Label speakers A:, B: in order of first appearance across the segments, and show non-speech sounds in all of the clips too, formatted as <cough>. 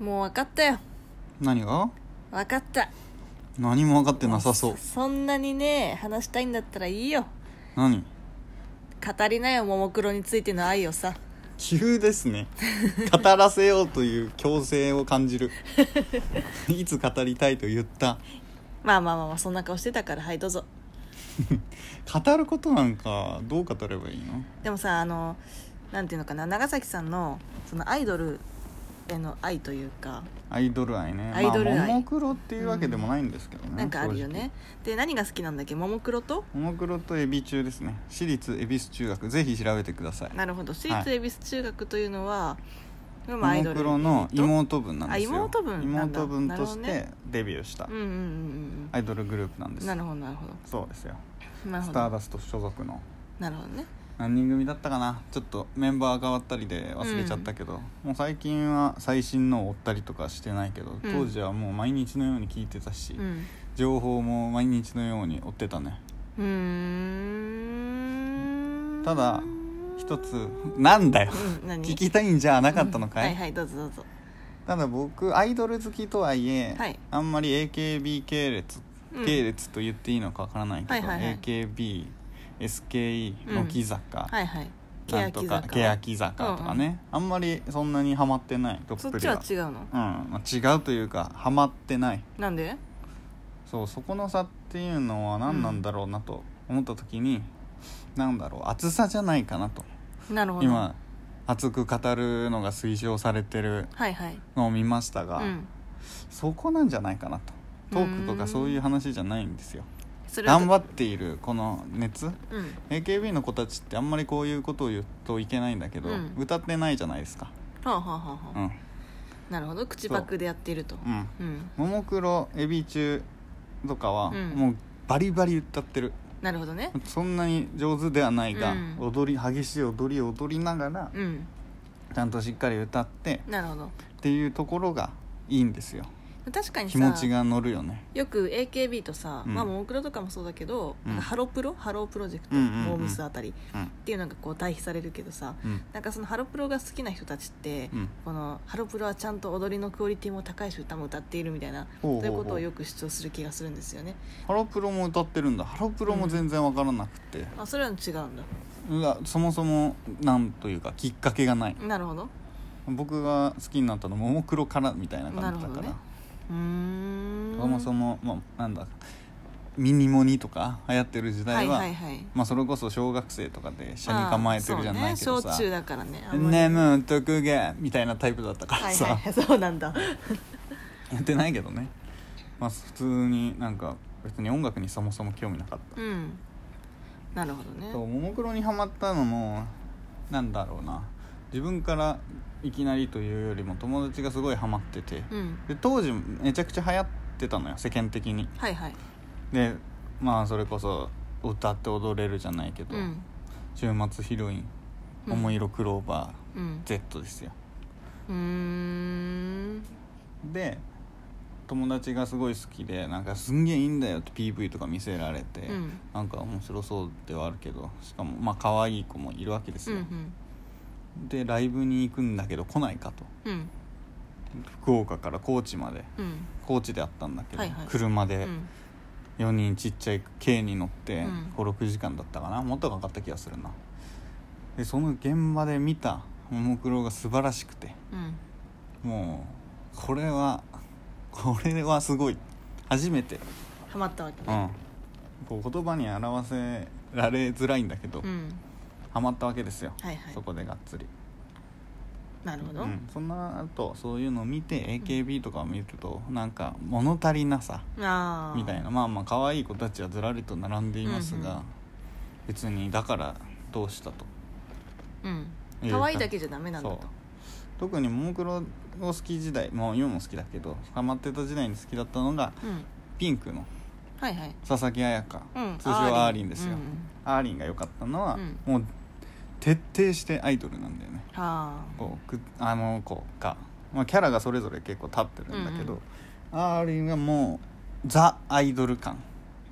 A: もう分かったよ
B: 何が
A: 分かった
B: 何も分かってなさそう
A: そんなにね話したいんだったらいいよ
B: 何
A: 語りなよももクロについての愛をさ
B: 急です
A: <laughs>
B: ね語らせようという強制を感じる <laughs> いつ語りたいと言った
A: まあまあまあまあそんな顔してたからはいどうぞ
B: 語ることなんかどう語ればいいの
A: でもさあのなんていうのかな長崎さんのそのアイドルへの愛というか
B: アイドル愛ね
A: アイドル愛
B: まあももクロっていうわけでもないんですけどね、
A: なんかあるよねで何が好きなんだっけももクロと
B: 正直ももクロとエビ中ですね私立恵比寿中学ぜひ調べてください
A: なるほど私立恵比寿中学というのは、まあ
B: ももクロの
A: と
B: 妹分なんですよ
A: あ妹分なんだ
B: 妹分とし
A: なるほ
B: てデビューした
A: うんうんうん
B: アイドルグループなんで
A: うん
B: す
A: なる
B: よ
A: ほどなるほど
B: そうですよ
A: なる
B: ス
A: ほ
B: ター
A: ど
B: ダスト所属の
A: なるほどね
B: 何人組だったかなちょっとメンバー変わったりで忘れちゃったけど、もう最近は最新のを追ったりとかしてないけど、
A: うん
B: 当時はもう毎日のように聞いてたし、
A: うん
B: 情報も毎日のように追ってたね
A: うーん
B: ただ一つなんだよ
A: うん何
B: 聞きたいんじゃなかったのかい、
A: はいはいどうぞどうぞ
B: ただ僕アイドル好きとはいえ、
A: はい
B: あんまり AKB 系列、
A: うん
B: 系列と言っていいのかわからないけど、
A: はいはいはい
B: AKBSKE
A: うん
B: 乃木坂、
A: はいはい
B: なんとか欅坂とかね、あんまりそんなにハマってないどっ
A: そっ
B: ぷ
A: ち
B: り
A: は
B: は
A: 違うの
B: うんまあ、違うというかハマってない
A: なんで
B: そうそこの差っていうのは何なんだろうなと思った時に、なんだろう厚さじゃないかなと
A: なるほど
B: 今熱く語るのが推奨されてる
A: はいはい
B: のを見ましたが、
A: うん
B: そこなんじゃないかなとトークとかそういう話じゃないんですよ
A: それは
B: 頑張っているこの熱
A: うん
B: AKB の子たちってあんまりこういうことを言うといけないんだけど、
A: うん
B: 歌ってないじゃないですか
A: はあはあはあ
B: う
A: はあ
B: ん
A: なるほど口パクでやっていると
B: うん
A: うん
B: ももクロエビ中とかは、
A: うん
B: もうバリバリ歌ってる
A: なるほどね
B: そんなに上手ではないが、
A: うん
B: 踊り激しい踊りを踊りながら
A: うん
B: ちゃんとしっかり歌って
A: なるほど
B: っていうところがいいんですよ
A: 確かに
B: 気持
A: さ
B: ちが乗るよね
A: よく AKB とさ、
B: うん
A: まあももクロとかもそうだけど、
B: うん
A: なんかハロプロハロープロジェクト、
B: うんうんうん
A: モーミスあたりっ
B: うん
A: ていうのがこう対比されるけどさ
B: うん
A: なんかそのハロプロが好きな人たちって、
B: うん
A: このハロプロはちゃんと踊りのクオリティも高いし歌も歌っているみたいな
B: ほうほうほう
A: そういうことをよく主張する気がするんですよね
B: ハロプロも歌ってるんだハロプロも全然わからなくて、
A: あそれは違うんだ
B: うわそもそもなんというかきっかけがない
A: なるほど
B: 僕が好きになったのももクロからみたいな感じだか
A: な
B: ら、
A: るうーん
B: そもそも、まあ、なんだミニモニとか流行ってる時
A: はい
B: 代は、
A: はいはい
B: まあ、それこそ小学生とかで車に構えてるじゃないけど
A: あーそ
B: さ
A: うね、小中だからね
B: 「
A: あんまり
B: 眠っとくげ」みたいなタイプだったから
A: はい
B: さ、
A: はいはい <laughs> そうなんだ
B: <laughs> やってないけどね、まあ、普通になんか別に音楽にそもそも興味なかった
A: うんなるほどね
B: そうももクロにハマったのもなんだろうな自分からいきなりというよりも友達がすごいハマってて、
A: うん
B: で当時めちゃくちゃ流行ってたのよ世間的に
A: はいはい
B: でまあそれこそ歌って踊れるじゃないけど、
A: うん
B: 週末ヒロイン「
A: うん
B: 桃色クローバ
A: うん
B: ー Z」ですよ、
A: うーん
B: で友達がすごい好きでなんかすんげえいいんだよって PV とか見せられて、
A: うん
B: なんか面白そうではあるけどしかもまあ可愛い子もいるわけです
A: うんう
B: よ、
A: ん
B: でライブに行くんだけど来ないかと
A: うん
B: 福岡から高知まで
A: うん
B: 高知であったんだけど、
A: はいはい
B: 車で
A: うん
B: 4人ちっちゃい軽に乗って
A: うん
B: 56時間だったかなもっとかかった気がするなでその現場で見たももクロが素晴らしくて
A: うん
B: もうこれはこれはすごい初めて
A: ハマったわけ
B: う
A: ね
B: んこう言葉に表せられづらいんだけど、
A: うん
B: ハマったわけですよ、
A: はいはい
B: そこでがっつり
A: なるほど
B: うん、そんなあとそういうのを見て AKB とかを見るとなんか物足りなさ
A: ああ
B: みたいなまあまあ可愛い子たちはずらりと並んでいますが、
A: うんうん
B: 別にだからどうしたと
A: うん
B: いうか
A: 可愛いだけじゃダメなんだ
B: そう
A: と
B: 特にももクロを好き時代もう今も好きだけどハマってた時代に好きだったのが
A: うん
B: ピンクの
A: はいはい
B: 佐々木彩香、
A: うん
B: 通称アーリンです
A: う
B: よ、
A: んうん
B: アーリンが良かったのは、
A: う
B: もう徹底してアイドルなんだよね
A: はあ
B: こうくあの子が、まあ、キャラがそれぞれ結構立ってるんだけど、
A: うん
B: アーリンはもうザ・アイドル感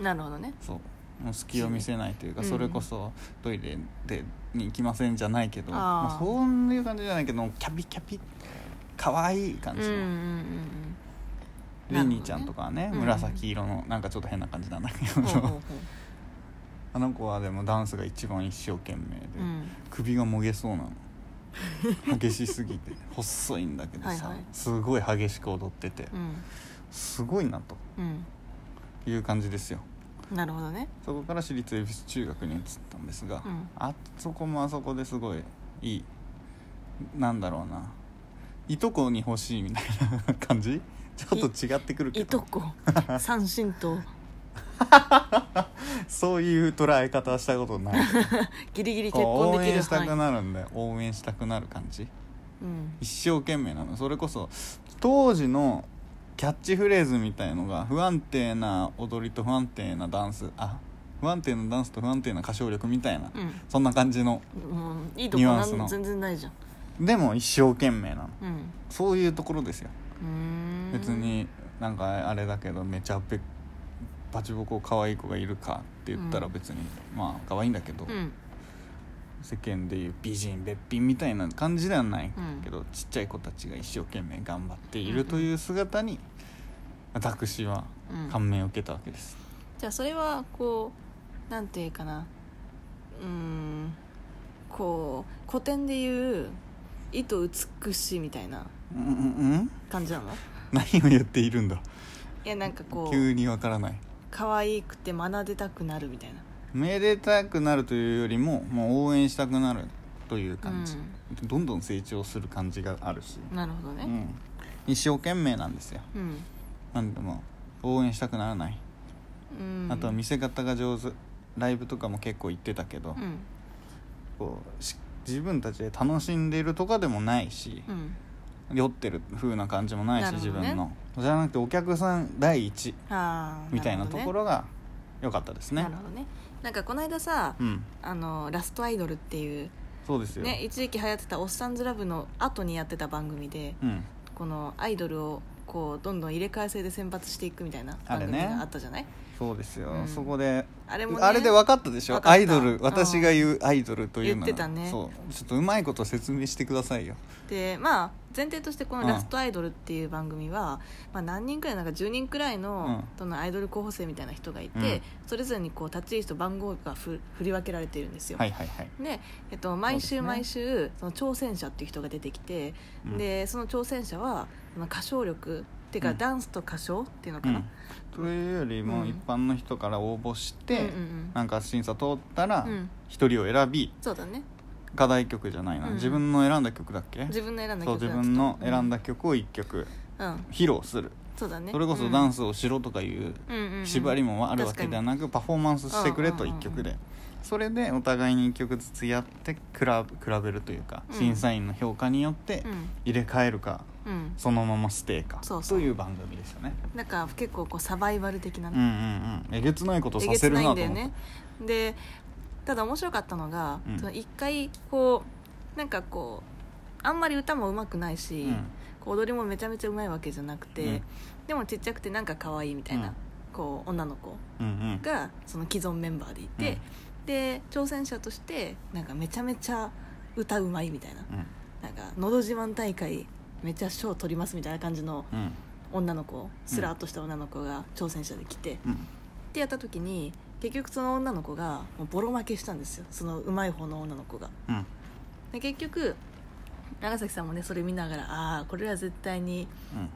A: なるほどね
B: そうもう隙を見せないというか、
A: うん
B: それこそトイレでに行きませんじゃないけど
A: あー
B: まあ、そういう感じじゃないけどキャピキャピ可愛い感
A: うんう
B: じ
A: ん
B: の、
A: うんうん
B: リニーちゃんとかはね
A: うんうん
B: 紫色のなんかちょっと変な感じなんだけ
A: ほ
B: ど、 <laughs>
A: うほうほ
B: あの子はでもダンスが一番一生懸命で、
A: ううん
B: 首がもげそうなの激しすぎて <laughs> 細いんだけどさ
A: はいはい
B: すごい激しく踊ってて、
A: うん
B: すごいなと
A: う
B: いう感じですよ
A: んなるほどね
B: そこから私立恵比寿中学に移ったんですが、
A: うん
B: あそこもあそこですごいいいなんだろうないとこに欲しいみたいな感じちょっと違ってくるけ
A: いと
B: ど <laughs>
A: こ三神と
B: そういう捉え方はしたことない
A: ギリギリ <laughs> 結
B: こう
A: 婚
B: 応
A: でき
B: 援
A: る
B: したく
A: 範囲
B: なるんで応援したくなる感じ
A: うん
B: 一生懸命なのそれこそ当時のキャッチフレーズみたいのが不安定な踊りと不安定なダンスあ不安定なダンスと不安定な歌唱力みたいな、
A: う
B: そんな感じの
A: んうんいいとこ
B: ニュアンスの
A: なん全然ないじゃん
B: でも一生懸命なの
A: うん
B: そういうところですよ
A: うーん
B: 別になんかあれだけどめちゃべバチボコ可愛い子がいるかって言ったら
A: うん
B: 別に、まあ可愛いんだけど、
A: うん
B: 世間でいう美人べっぴんみたいな感じではないけど、ちっちゃい子たちが一生懸命頑張っているという姿に私は
A: うん
B: 感銘を受けたわけです、
A: じゃあそれはこうなんていうかなうーんこう古典でいう「意図美しい」みたいな
B: うんうんうん
A: 感じなの
B: 何を言っているんだ
A: いやなんかこう
B: 急にわからない
A: 可愛くて学べたくなるみたいな
B: めでたくなるというよりももう応援したくなるという感じ、どんどん成長する感じがあるし、
A: なるほど
B: う
A: ね
B: ん、一生懸命なんですよ
A: うん、
B: なんでも応援したくならない、
A: うん、
B: あとは見せ方が上手ライブとかも結構行ってたけど、
A: うん
B: こうし自分たちで楽しんでいるとかでもないし、
A: うん
B: 酔ってる風な感じもないし、
A: なるほ
B: 自
A: どね
B: 分のじゃなくてお客さん第一
A: あー
B: みたいなところが良かったですね
A: なるほどねなんかこの間さ、
B: うん
A: あのラストアイドルっていう
B: そうですよ、
A: ね一時期流行ってた「おっさんずラブ」の後にやってた番組で
B: うん
A: このアイドルをこうどんどん入れ替え制で選抜していくみたいな
B: あ
A: 番
B: れね
A: 組があったじゃないあれ,、
B: そうですよ、
A: うん
B: そこで
A: もね
B: あれで分かったでし
A: 分か
B: ょ
A: った
B: アイドル私が言うアイドルというのは
A: 言ってたね
B: そうちょっとうまいこと説明してくださいよ
A: でまあ前提としてこ
B: う
A: の「
B: ん
A: ラストアイドル」っていう番組は、まあ、何人くらいなんか10人くらいの,、
B: うん
A: そのアイドル候補生みたいな人がいて、
B: うん
A: それぞれにこう立ち位置と番号がふ振り分けられているんですよ、
B: はいはいはい
A: で、えっと、毎
B: そうですね
A: 週毎週そ、の挑戦者っていう人が出てきて、
B: うん
A: でその挑戦者はその歌唱力っていうか、
B: うん
A: ダンスと歌唱っていうの
B: う
A: かな、
B: んというより
A: う
B: も
A: ん
B: 一般の人から応募して、
A: うんうんうん
B: なんか審査通ったら
A: うん
B: 一人を選び
A: そうだね
B: 課題曲じゃないな、
A: うんうん
B: 自分の選んだ曲だっけ
A: 自分の選んだ曲
B: そう
A: だ
B: 自分の選んだ曲を1曲
A: うん、うん
B: 披露する、
A: そうだね
B: それこそダン
A: ス、
B: スをしろとかいう
A: うんうんうん
B: 縛りもあるわけではなくパフォーマンスしてくれ
A: う
B: と
A: んうんうん
B: 1曲でそれでお互いに1曲ずつやって比べ比べるというか
A: うん
B: 審査員の評価によって
A: 確かに
B: 入れ替えるか
A: うん、うん、
B: そのままステイか
A: そうそ
B: と
A: う
B: いう番組でしたね
A: なんか結構こうサバイバル的な
B: うんう
A: ね、
B: んうんえげつないこと
A: え
B: さ
A: げ
B: せ
A: つ
B: る
A: な
B: ないと
A: んだ
B: 思
A: よ
B: って
A: ねでただ面白かったのが
B: うん
A: その一、回こうなんかこうあんまり歌も上手くないし、
B: うん
A: こう踊りもめちゃめちゃ上手いわけじゃなくて、
B: うん
A: でもちっちゃくてなんか可愛いみたいな、
B: うん
A: こう女の子
B: うんうん
A: がその既存メンバーでいて、で挑戦者としてなんかめちゃめちゃ歌うまいみたいな
B: うん
A: なんか「のど自慢大会めっちゃ賞取ります」みたいな感じの
B: うん
A: 女の子スラーっとした女の子が挑戦者で来て、っ
B: うん
A: てやった時に結局その女の子がもうボロ負けしたんですよそのうまい方の女の子が。
B: うん
A: で結局長崎さんもねそれ見ながら「ああこれは絶対に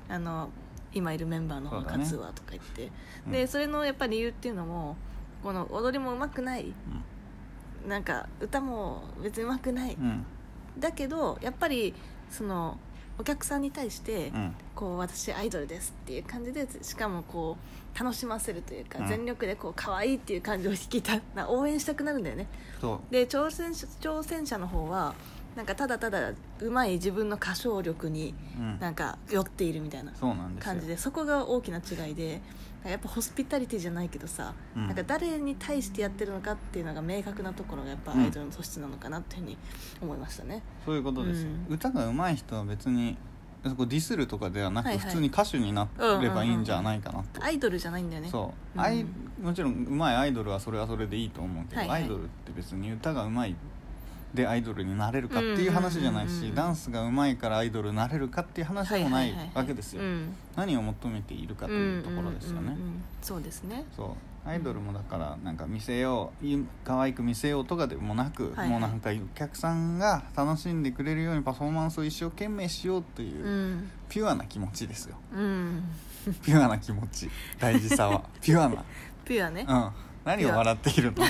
B: うん
A: あの今いるメンバーの方が勝つわ」とか言って
B: うん
A: でそれのやっぱ理由っていうのもこの踊りも上手くないなんか歌も別に上手くない、
B: うん
A: だけどやっぱりそのお客さんに対して、
B: うん
A: こう私アイドルですっていう感じでしかもこう楽しませるというか、
B: うん
A: 全力でこう可愛いっていう感情を引きたな応援したくなるんだよね
B: そう
A: で挑戦者挑戦者の方はなんかただただうまい自分の歌唱力に
B: うん
A: なんか酔っているみたいな
B: そうなんですよ
A: 感じでそこが大きな違いでやっぱホスピタリティじゃないけどさ、
B: うん
A: なんか誰に対してやってるのかっていうのが明確なところがやっぱ
B: うん
A: アイドルの素質なのかなっていうふうに思いましたね、
B: そういうことですよ、
A: うん
B: 歌が上手い人は別にそこディスるとかではなく、
A: はいはい
B: 普通に歌手になればいいんじゃないかなと、
A: アイドルじゃないんだよね
B: そう、
A: うん
B: アイもちろん上手いアイドルはそれはそれでいいと思うけど、
A: はいはい
B: アイドルって別に歌が上手いでアイドルになれるかっていう話じゃない
A: うんうんうん
B: し
A: うん
B: ダンスがうまいからアイドルになれるかっていう話でもないわけですよ
A: うん
B: 何を求めているかというところですよ
A: うんうん
B: ね
A: うんうんそうですね
B: そうアイドルもだからなんか見せようい可愛く見せようとかでもなく、
A: はいはい
B: もうなんかお客さんが楽しんでくれるようにパフォーマンスを一生懸命しようというう、
A: ん
B: ピュアな気持ちですよ
A: うん
B: ピュアな気持ち大事
A: <laughs>
B: さはピュアな
A: ピュアね
B: うん何を笑ってい
A: <laughs>
B: るの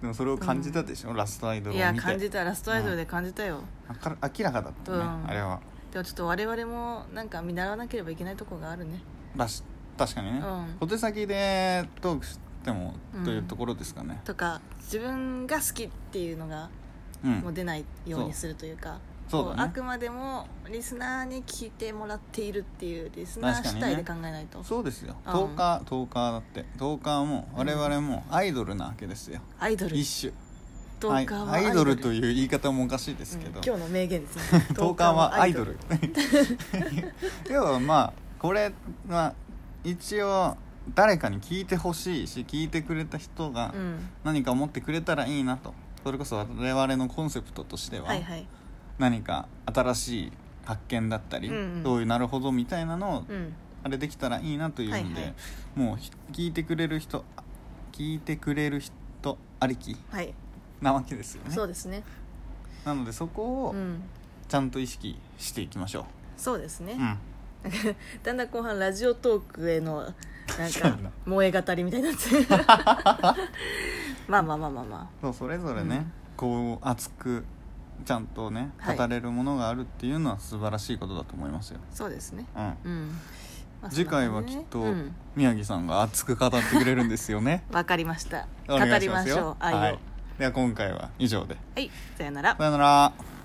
B: でもそれを感じたでしょ、ラストアイドル
A: い
B: を
A: や
B: 見て
A: 感じたラストアイドルで感じたよ
B: あから明らかだったね、
A: うん
B: あれは
A: でもちょっと我々もなんか見習わなければいけないとこがあるね
B: らし確かにね、
A: うん
B: 小手先でトークしても
A: うん
B: というところですかね、
A: とか自分が好きっていうのが
B: うん
A: もう出ないようにするというか、
B: そう
A: こ
B: そうだね
A: あくまでもリスナーに聞いてもらっているっていうリスナー
B: 確か
A: 主
B: にね
A: 体で考えないと、
B: そうですよ
A: うん
B: 10日10日だって10日はもう
A: うん
B: 我々もアイドルなわけですよ、
A: アイドル
B: 一種
A: トーカーは
B: アイアイドルと
A: う
B: いう言い方もおかしいですけど、
A: ん今日の名言ですね
B: <laughs> 10日はアイ
A: <laughs>
B: ドル要はまあこれは一応誰かに聞いてほしいし聞いてくれた人が
A: うん
B: 何か思ってくれたらいいなとそれこそ我々のコンセプトとしては
A: はいはい
B: 何か新しい発見だったり、
A: うんうん
B: どういうなるほどみたいなのを
A: うん
B: あれできたらいいなというので、
A: はいはい
B: もうひ聞いてくれる人あ聞いてくれる人ありき
A: はい、
B: なわけですよね
A: そうですね
B: なのでそこを
A: うん
B: ちゃんと意識していきましょ
A: そうですね
B: う、う、ん、
A: だんだん後半ラジオトークへのなん
B: そうや
A: か
B: な
A: 萌え語りみたいになって <laughs> まあまあまあまあま
B: そうそれぞれ
A: う
B: ね
A: ん、
B: こう熱くちゃんとね
A: はい
B: 語れるものがあるっていうのは素晴らしいことだと思いますよ、
A: あそうですね
B: うん
A: うん、まあ
B: 次回
A: そ
B: は
A: んな感
B: きっ
A: じね
B: と
A: うん
B: 宮城さんが熱く語ってくれるんですよね
A: わかりました
B: お
A: <laughs> 語
B: 願い
A: りまし
B: すよ
A: ょう愛を
B: はい、では今回は以上で
A: はい、さよなら
B: さよなら